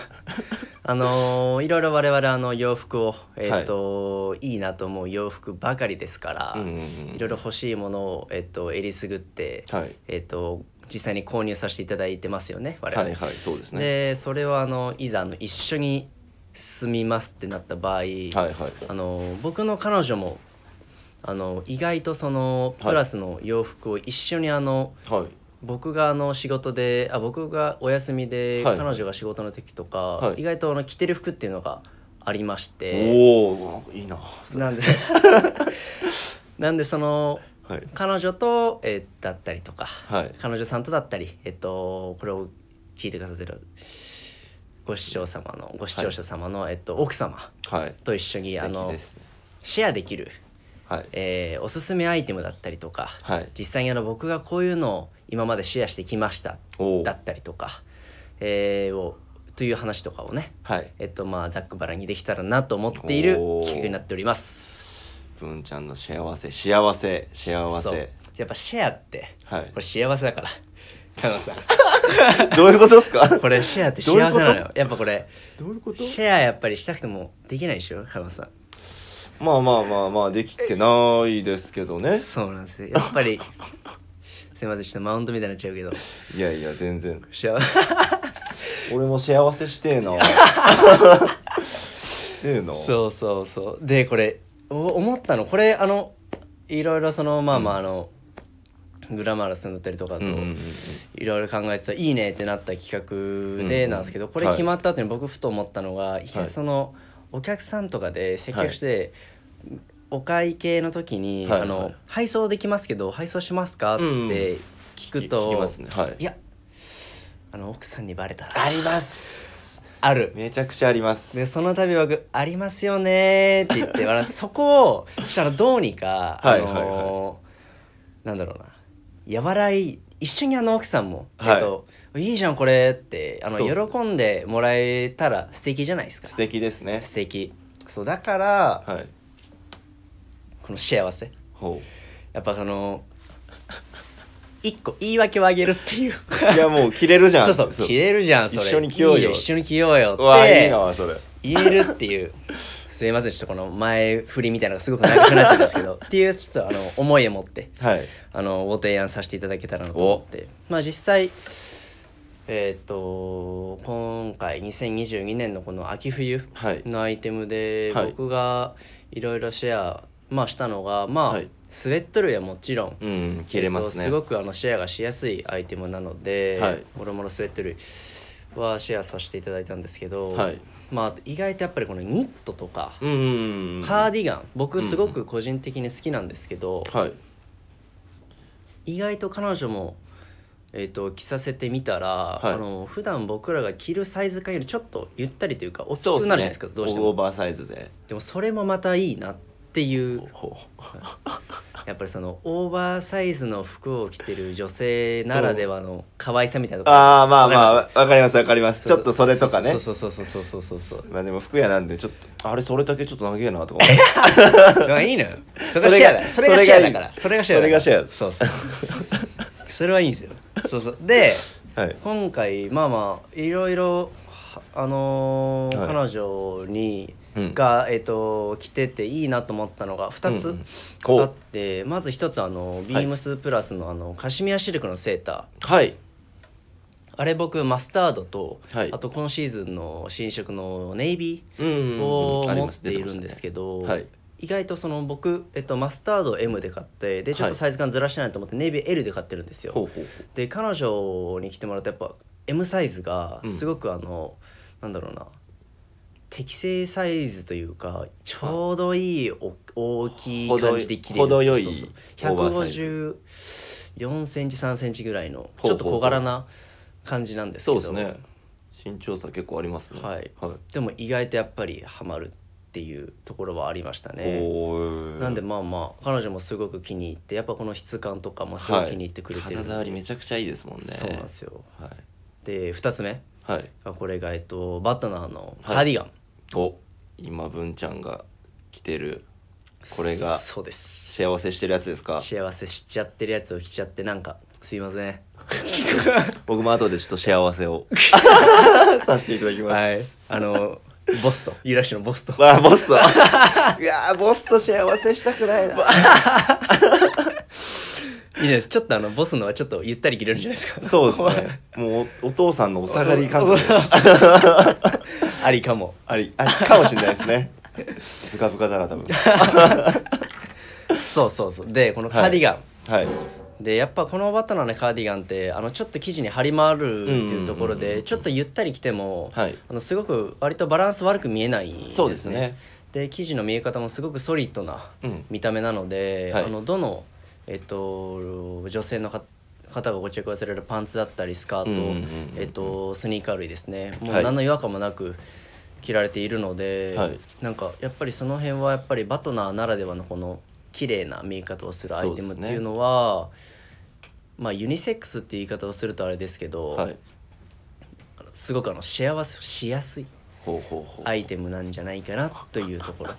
あのーいろいろ我々あの洋服をえっ、と、い、いなと思う洋服ばかりですから、
うんうんうん
いろいろ欲しいものをえっ、とえりすぐって、
はい
えっ、と実際に購入させていただいてますよね我々。
はいはいそうですね
でそれはあのいざあの一緒に住みますってなった場合、
はいはい
あの僕の彼女もあの意外とその
はい
プラスの洋服を一緒にあの、
はい
僕があの仕事であ僕がお休みで、
はい
彼女が仕事の時とか、
はい
意外とあの着てる服っていうのがありまして
おおなんかいいなそれ
なんでなんでその
はい
彼女と、えーだったりとか、
はい
彼女さんとだったりえっとこれを聞いてくださってるご視聴様のご視聴者様の、えっと、奥様
はい
と一緒にあ
素敵
の
ですね
シェアできる、
はい
えーおすすめアイテムだったりとか、
はい
実際にあの僕がこういうのを今までシェアしてきました
おお
だったりとか、えーをという話とかをね
はい
えっとまあざっくばらんにできたらなと思っている
おー
企画になっております
文ちゃんの幸せ幸せ幸
そう
せ
やっぱシェアって
はい
これ幸せだから加納さん
どういうことですか
これシェアって幸せ
ど
な
う
の
いう
よやっぱこれ
どういうこと
シェアやっぱりしたくてもできないでしょ加納さん
まあまあまあまあできてないですけどね
そうなんですよやっ ぱりすいませんちょっとマウントみたいになっちゃうけど
いやいや全然
幸せ
俺も幸せしてえな してえな
そうそうそうでこれお思ったのこれあのいろいろそのまあまああの、グラマラス塗ったりとかと、
うんうんうんうん
いろいろ考えてたいいねってなった企画でなんですけど、
うんうん
これ決まった後に僕ふと思ったのが、いや
はい
そのお客さんとかで接客して、お会計の時に、
はい
あの
はい
配送できますけど配送しますか?」っ
うん
て聞くと、
聞きますねはい
いやあの奥さんにバレたら
あります
ある
めちゃくちゃあります
でその度は僕「ありますよね」って言って 笑ってそこをそしたらどうにか
はい
あのーなんだろうな和らい一緒にあの奥さんも「
はい
えっと、いいじゃんこれ」ってあの
そうっす
喜んでもらえたら素敵じゃないですか
素敵ですね
素敵そうだから
はい
この幸せ
ほ
やっぱその一個言い訳をあげるっていう
ういやもう切れるじゃん
そうそう消えるじゃんそれ
一緒に着ようよ
いい一緒に着ようよって
うわいいなそれ
言えるって いうすいませんちょっとこの前振りみたいなのがすごく長くなっちゃうんですけ どっていうちょっとあの思いを持って
はい
あのご提案させていただけたらなと思ってまあ実際えっ、と今回2022年のこの秋冬
はい
のアイテムで、
はい
僕がいろいろシェア、まあ、したのがまあ、
はい
スウェット類はもちろん
うん切れますね、
えっとすごくあのシェアがしやすいアイテムなので、
はい
もろもろスウェット類はシェアさせていただいたんですけど、
はい
まあ、あと意外とやっぱりこのニットとか、
うんうんうん
カーディガン僕すごく個人的に好きなんですけど、
はい
意外と彼女も、えっと着させてみたら、
い
あの普段僕らが着るサイズ感よりちょっとゆったりというか大きく
そうっすね
なるじゃないですかどうして
オ
も
ーバーサイズで
でもそれもまたいいなっていう
ほ
やっぱりそのオーバーサイズの服を着てる女性ならではの可愛さみたいなとこ
ああまあまあ
わか
わかりますわかりま
ります
ちょっとそれとかね
そうそうそうそうそうそうそう
まあでも服屋なんでちょっとあれそれだけちょっと長えなとか思って
それはいいのよそれ
それが
がシェアだそれがシェアだ
それ
からそれが
が
シェアだから
それがシ
そうそうそれはいいんですよそうそうで
はい
今回まあまあいろいろはあのー
はい
彼女に
うん
が、えっ、と着てていいなと思ったのが2つ
うんうんほう
あって、まず1つあのビームスプラスのあのカシミヤシルクのセーター、
はい
あれ僕マスタードと、
はい
あと今シーズンの新色のネイビ
うんうん
ー
うん
を
あり
持
ま
っ
す
ているんですけど、
出てましたねはい
意外とその僕、えっと、マスタード M で買ってでちょっ
は
と
い
サイズ感ずらしてないと思って、ネイビー L で買ってるんですよ
ほうほう
で彼女に来てもらうとやっぱ M サイズがすごくあの、なんだろうな適正サイズというかちょうどいいお大きい感じで切れる
程よい
そうそう
オーバーサイズ
154センチ3センチぐらいの
ほ
ち
うほ
ょっ
う
と
ほう
小柄な感じなんですけ
そう
ど
ですね身長差結構ありますね
はい
はい
でも意外とやっぱりハマるっていうところはありましたね
おー
なんでまあまあ彼女もすごく気に入ってやっぱこの質感とかもすごく気に入ってくれ
は
てるの
い、
で、
肌触りめちゃくちゃいいですもんね
そうなんですよ
はい
で2つ目
はい
あこれがえっとバットナーのカ
はい
ーディガン、
お今文ちゃんが着てるこれが
そうです
幸せしてるやつですか
幸せしちゃってるやつを着ちゃってなんかすいません
僕も後でちょっと幸せを させていただきます、
はいあのボスと ユーラシアのボスと
わあボスと いやーボスと幸せしたくないな
いいじゃないですちょっとあのボスのはちょっとゆったり着れるんじゃないですか
そうですねもうおお父さんのお下がり感覚
ありかも
ありありかもしれないです ねブカブカだな多分
そうそうそうでこのカーディガン、
はい
でやっぱこのバットナーのカーディガンってあのちょっと生地に張り回るっていうところ
うんうんうん
で
うん
ちょっとゆったり着ても、
はい
あのすごく割とバランス悪く見えない
そうですね
で生地の見え方もすごくソリッドな
うん
見た目なので、
はい
あのどの、えっと、女性のか方がご着用されるパンツだったりスカート、
うんうんうんうん
えっと、スニーカー類ですねも
は
う
い
何の違和感もなく着られているので、
はい
なんかやっぱりその辺はやっぱりバトナーならではのこの綺麗な見え方をするアイテムっていうのはまあユニセックスっていう言い方をするとあれですけど、
はい
すごくあの幸せしやすい
ほうほうほう
アイテムなんじゃないかなというところ。
よ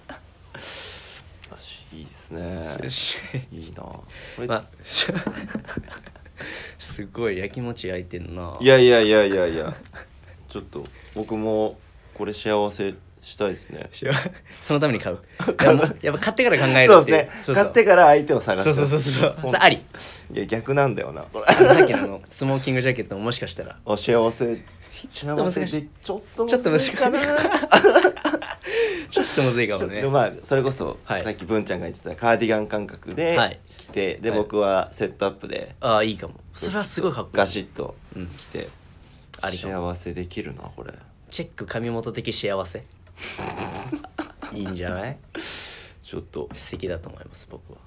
しいいですねいいなこれ、
まあ、すごいやきもち焼いてんない
やいやいやいやいやちょっと僕もこれ幸せしたいですね
しわそのために 買ういやもうやっぱ買ってから考える
そう
ってい
で
う
すね買ってから相手を探
そ
す
うそうそうそうそ
ほ
う
ん
あり
いや逆なんだよなこれ
あのさっきのあのスモーキングジャケットももしかしたら
お幸せ
ょっと
幸
難し
せ
い
でちょっと
ちょっと
難
難
し
し
い
い
かな
ちょっとむずいか
ち
も
ょっ
ね
とまあそれこそ、
はい
さっき文ちゃんが言ってたカーディガン感覚
はい
で着て、で、
はい
僕はセットアップで
ああいいかもそれはすごいかっこい
ガ
い
シッと
うん
着て、
ありか
幸せできるなこれ
チェック神元的幸せいいんじゃない
ちょっと
素敵だと思います僕は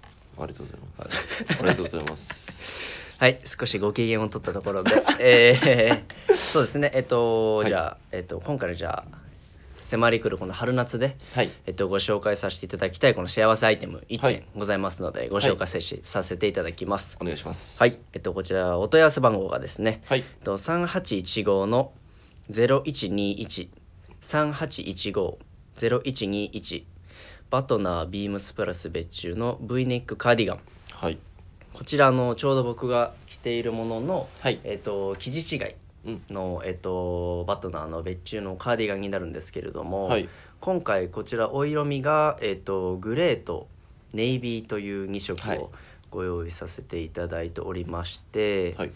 ありがとうございます、ありがとうございます
はい少しご機嫌を取ったところ でえー、そうですねえっと、
はい
じゃあ、えっと、今回のじゃあ迫り来るこの春夏で、
はい
えっと、ご紹介させていただきたいこの幸せアイテム1
は
点
い
ございますので、ご紹介せしさせていただきます
お願いします
はい、えっと、こちらお問い合わせ番号がですね、
はい
えっと、3815の012138150121バトナービームスプラス別注の V ネックカーディガン
はい
こちらあのちょうど僕が着ているものの、
はい
えっと生地違
うん
いの、えっとバトナーの別注のカーディガンになるんですけれども、
はい
今回こちらお色味が、えっとグレーとネイビーという2色
はい
をご用意させていただいておりまして、
はい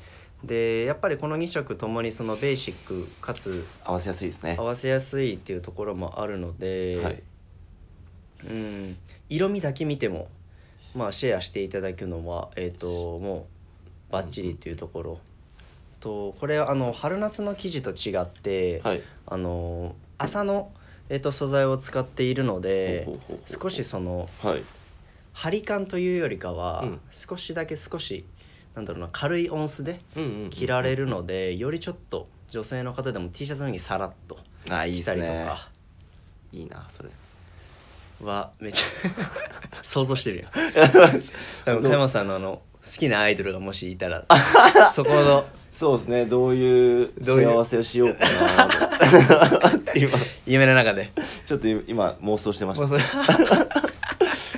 でやっぱりこの2色ともにそのベーシックかつ
合わせやすいですね
合わせやすいっていうところもあるので、
はい
うん色味だけ見ても、まあ、シェアしていただくのは、えー、ともうバッチリっていうところ、とこれあの春夏の生地と違って、
はい
あの麻の、えー、と素材を使っているので
ほうほうほうほう
少しその
はい
張り感というよりかは、
うん
少しだけ少しなんだろうな軽い音数で
うんうんうん
着られるのでよりちょっと女性の方でも T シャツの上にさらっと
あいいで
着た
す
りと
ね
か
いいなそれ
はめっちゃ想像して るやん多分加山さんのあの好きなアイドルがもしいたらそこの
そうですねどういう
どういう
幸せをしようか なとって今
夢の中で
ちょっと今妄想してまし
もう
た
それ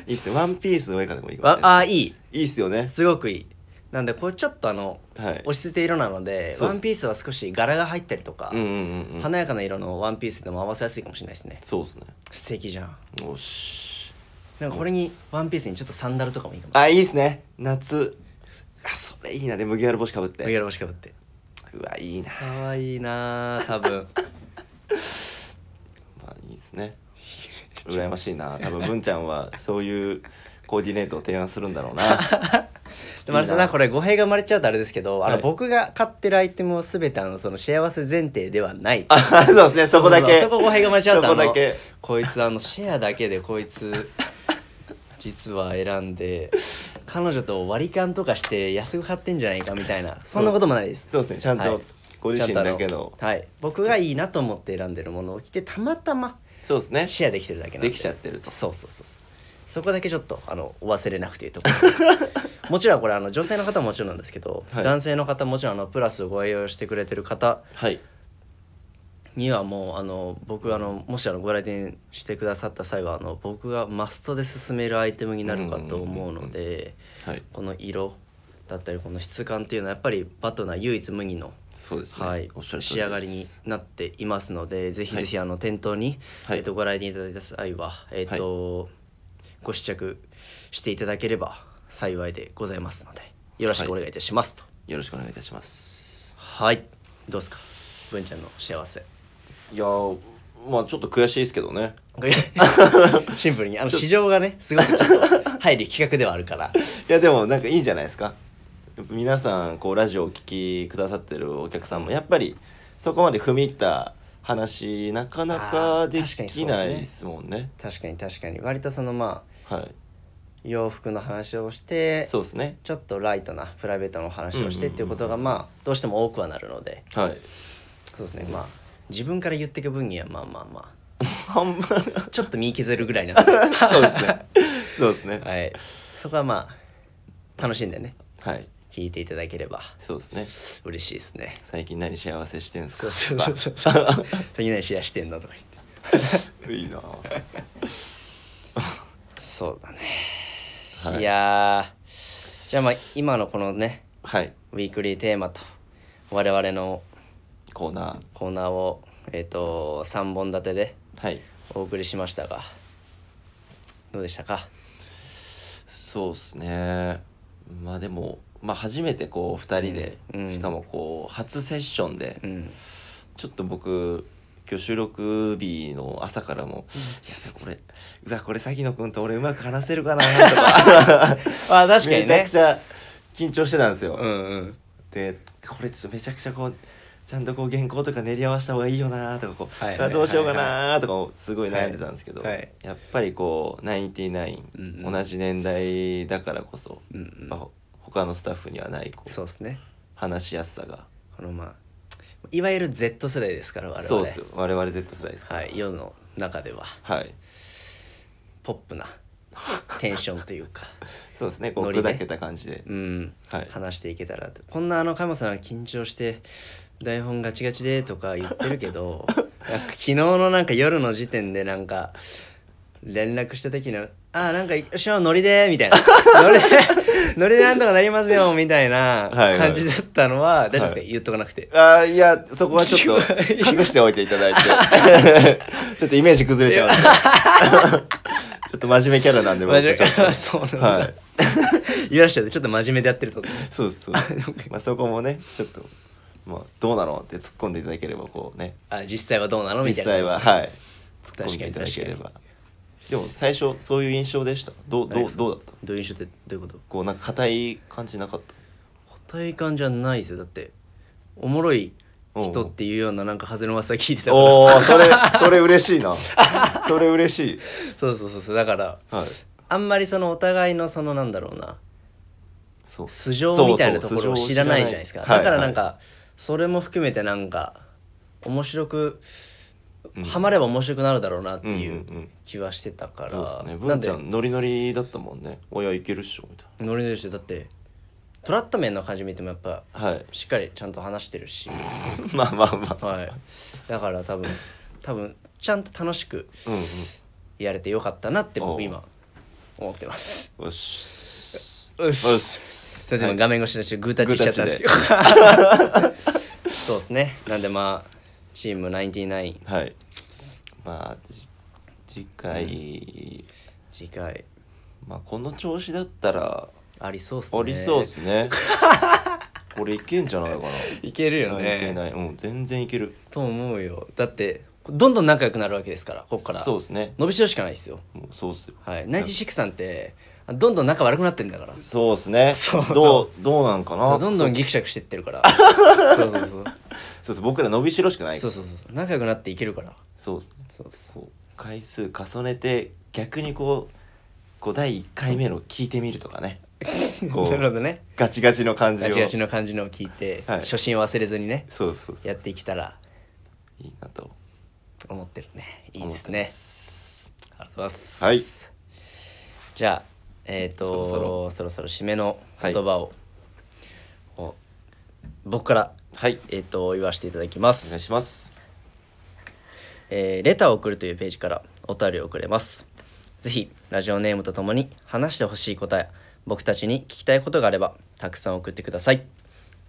いいっすねワンピースの上からでもいいかもし
わ
れない
あいい
いいっすよね
すごくいいなんでこれちょっとあの
はい
落ち着いて色なので
そう
ワ
です
ンピースは少し柄が入ったりとか
うんうんうんうん
華やかな色のワンピースでも合わせやすいかもしれないですね
そうですね
素敵じゃん
よし
なんかこれにワンピースにちょっとサンダルとかもいいかも
あいいっすね夏あそれいいなで麦わら帽子かぶっ
麦
て
わら帽子かぶって
うわいいな
可愛いなあ多分
まあいいです ね羨ましい な多分文ちゃんはそういうコーディネートを提案するんだろうな
でもあれさ
いいな
なこれ語弊が生まれちゃうとあれですけど、あ
はい
の僕が買ってるアイテムを全てあのその幸せ前提ではない
あ そうですねそこだけ
そうそうそうそこ語弊が生まれちゃうとあ
そこだ
の
け
こいつあのシェアだけでこ いつ実は選んで彼女と割り勘とかして安く買ってんじゃないかみたいなそんなこともないです
そうですねちゃん
はい
とご自身だけ
ちゃん
の
とあはい僕がいいなと思って選んでるものを着てたまたま
そうですね
シェアできてるだけなんで
できちゃってると
そうそうそうそうそこだけちょっとあのお忘れなくていうとこ ろもちろんこれあの女性の方ももちろんなんですけど、
はい
男性の方もちろんあのプラスをご愛用してくれてる方
はい
にはもうあの僕あのもしあのご来店してくださった際はあの僕がマストで勧めるアイテムになるかと思うので、
はい
この色だったりこの質感っていうのはやっぱりバトナー唯一無二の
そうですね、
はい
おっしゃ、る通
仕
り
上が
で
りに
す
なっていますのでぜひぜひあの店頭に、
はい
えっとご来店いただいた際は、えっとご試着していただければ幸いでございますのでよろしくお願いいたしますと
よろしくお願いいたします
はい、どうですか文ちゃんの幸 せ
いやーまあちょっと悔しいですけどね
シンプルにあの市場がねすごくちょっと入る企画ではあるから
いやでもなんかいいんじゃないですかやっぱ皆さんこうラジオをお聞きくださってるお客さんもやっぱりそこまで踏み入った話なかなか
あー
で
確かに
き
そうです
な
ね
いですもんね
確かに確かに割とそのまあ
はい
洋服の話をして
そうですね
ちょっとライトなプライベートの話をして
うんうんうんう
っ
ん
ていうことがまあどうしても多くはなるので
はい
そうですねまあ自分から言っていく分にはまあまあま
半分
あちょっと身削るぐらいな
そうですねそうですね
はいそこはまあ楽しんでね
はい
聞いていただければ
そうですね
嬉しいですね
最近何幸せしてんす
そ
か
うそうそう そうそう次何シェアしてんだとか言って
いいなぁ
そうだね、
はい
い、やーじゃあまあ今のこのね
はい
ウィークリーテーマと我々の
コーナ
コーナーをえっ、と3本立てで
ーはい
お送りしましたがどうでしたか
そうですねまあでも、まあ、初めてこう2人で、
うん
しかもこう初セッションで、
うん
ちょっと僕今日収録日の朝からも「いやこれうわこれ咲野君と俺うまく話せるかな」とか
まあ 確か
め
に
ちゃ
ね
くちゃ緊張してたんですよ。
うんうん
でこれちょっとめちゃくちゃこうちゃんとこう原稿とか練り合わせた方がいいよなとかこう、
はいはい
あどうしようかなとかをすごい悩んでたんですけど、
はいはい
やっぱりこう99、
うんうん
同じ年代だからこそ、
うん
やっ
う
ぱ
ん
ほ他のスタッフにはないこう
そうですね
話しやすさが
このまあいわゆる Z 世代ですから我々
そうですよ我々 Z 世代ですから
はい世の中では
はい、
ポップなテンションという か
そうですねこう
ノリね
砕けた感じで、
うん
はい
話していけたらとこんなあの加山さんが緊張して台本ガチガチでとか言ってる けどなんか昨日のなんか夜の時点でなんか連絡した時の「あーなんかよっしゃノリで」みた いな「ノリでノリでなんとかなりますよ」みたいな
はいはい
感じだったのは大丈夫ですか、
は
言っとかなくて。
あーいやそこはちょっ と隠しておいていただいて ちょっとイメージ崩れて ますねちょっと真面目キャラなんで
真面目
僕ちょっと
そうなんだ、
はい
言わしててちょっと真面目でやってると
そうですそう ですまあそこもねちょっと、まあ、どうなのって突っ込んでいただければこうね
あ実際はどうなのみ
実
たい
際
な
ははい突っ
確かに
込んでいただければでも最初そういう印象でしたどうど
何
う
ですか
どうだった
どういう印象ってどういうこと
こうなんか硬い感じなかっ
硬い感じはないですよだっておもろい人っていうようななんか風の噂聞いてた
た
か
お
ら
お それそれ嬉しいなそれ嬉しい
そうそうそうそうだから
はい
あんまりそのお互いのそのなんだろうな
そう
素性みたいなところを
そうそう
知らないじゃないですか
素性を知
だからなん
は
かそれも含めてなんか面白く
うん
ハマれば面白くなるだろうなっていうん
うんうん
気はしてたか
いはいそうです
ら
ね
な
文
ん
ち
で
ゃんノリノリだったもんねおやいけるっしょみたい
ノリノリでしてだってトラット面の感じ見てもやっぱ
なはい
しっかりちゃんと話してるし
まあまあまあ
はいだから多分多分ちゃんと楽しく
うんうん
やれてよかったなって
おう
僕今思ってます
よし
うっす
よ
すいません今画面越しの人グータッチしちゃったんですけど そうですねなんでまあチーム99
はい。まあ、じ次回、
次回
まあ、この調子だったら、
ありそうっすね
ありそうです ね。これいけんじゃないかな。
いけるよ
いけ
ね
ない。うん、全然いける。
と思うよだってどんどん仲良くなるわけですからここから
そうですね。
伸びしろしかないですよ
もうそうっすよ。
はい96さんってどんどん仲悪くなってんだから
そうっすね。
そうそう
どう、どうなんか
そ
な。
うどんどん
そう
ギクシャクしてってるからそうそうそう
そうそう僕ら伸びしろしかない。
そ
そう
うそうそう仲良くなっていけるから
そうっすね。
そうそう
そう回数重ねて、逆にこう、こう第1回目の聞いてみるとか ね。こ
なるほ
う、
どね
ガチガチの感じを。
ガチガチの感じのを聞いて、
はい
初心を忘れずにね
そうそうそう。
やっていけたら
いいなと。
と思ってるねいい
思
で
っ
す
てま
ね
す。
ありがとうございます
はい
じゃあえっ、と
そ
そ
ろそ
ろそ
ろ
ろ締めの言葉を、お僕から
はい。
えっ、と言わせていただきま
お願い
す、
します。
えーレターを送るというページからお便りを送れますぜひラジオネームとともに話してほしい答え僕たちに聞きたいことがあればたくさん送ってください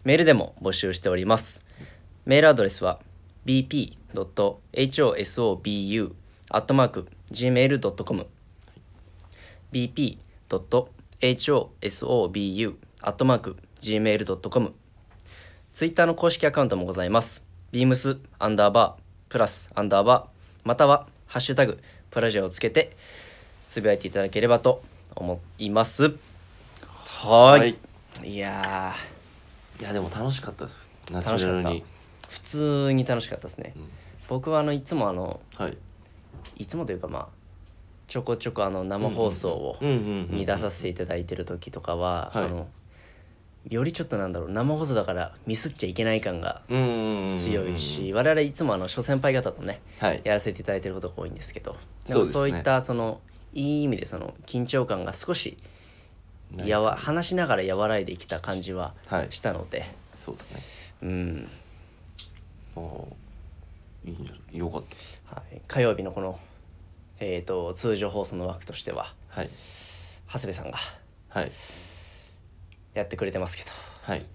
メールでも募集しておりますメールアドレスは bp.hosobu.gmail.com bp.hosobu.gmail.com ツイッターの公式アカウントもございます。beams アンダーバープラスアンダーバーまたはハッシュタグプラジオをつけてつぶやいていただければと思います。はーい。い、や
いやでも楽しかったです。ナ
ー
チ
楽し
ュラ
かっ
ル
た
に。。
普通に楽しかったですね。
うん
僕はあのいつもあの
はい。
いつもというかまあちょこちょこあの生放送を
うんうんうん
に出させていただいてる時とかは、
はい
あのよりちょっとなんだろう生放送だからミスっちゃいけない感が
うんうんうんうん
強いし、我々いつもあの諸先輩方とね
はい
やらせていただいてることが多いんですけど
そ
で
う
も
ですね
そういったそのいい意味でその緊張感が少し
ない
やわ話しながら和らいできた感じは
はい
したので、
そうですね
うん
ああいいんじゃないよかったです
はい、火曜日のこの、えー、と通常放送の枠としては
はい
長谷部さんが
はい
やってくれてますけど
はい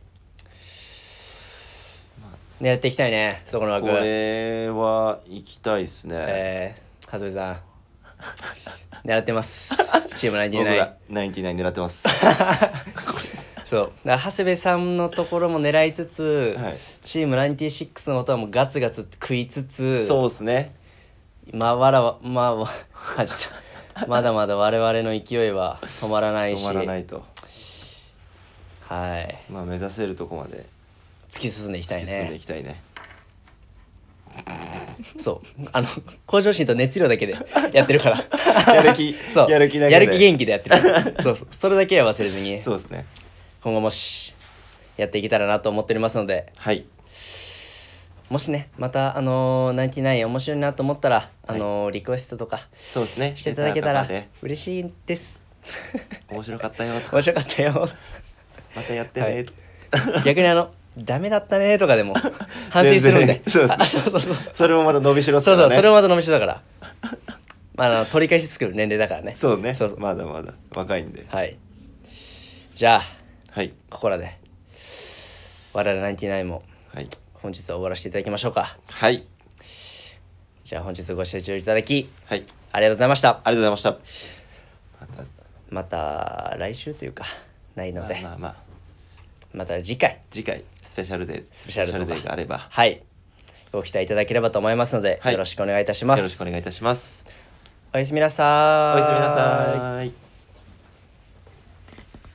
狙っていきたいねそこの
こ
枠。
れは行きたいですね、
えー、はずみさん狙ってます チーム
僕
99
が99狙ってます
そうだから長谷部さんのところも狙いつつ、
はい
チーム96のことはもうガツガツ食いつつ
そうですね
まあわらわまあわ感じたまだまだ我々の勢いは止まらないし
止まらないと
はい
まあ目指せるとこまで
突き進んでいきた
突
い
き進んで
ね
いきたいね
そうあの向上心と熱量だけでやってるから
やる気
そう
やる気だけで
やる気元気でやって るからそうそうそれだけは忘れずに
そうですね
今後もしやっていけたらなと思っておりますので
はい
もしねまたあのー、ナインティナイン面白いなと思ったら、あのーリクエストとか
そうですね
していただけた
ネタ
ら
とかで
嬉しいです
面白かったよとか
面白かったよ
またやってねと、
逆にあのダメだったねとか でも反省するんで
全然 そうですね
あそうそうそう
それもまた伸びしろっすか
そうそ
ら
う
ね
それもまた飲みだからまああの取り返し作る年齢だからね
そうね
そうそう
まだまだ若いんで
はいじゃあ
はい
ここらで我々ナインティナインも
はい
本日は終わらせていただきましょうか
はい
じゃあ本日ご清聴いただき
はい
ありがとうございました
ありがとうございましたま
また来週というかないの
た
で
まあまあ
また次回
次回スペシャルデー
スペシャルとか
デーがあればよ
はいご期待いただければと思いますので、
はい
よろしくお願いいたします
ろしくお願いいたします
おやすみなさ
お
ーい
やすみなさい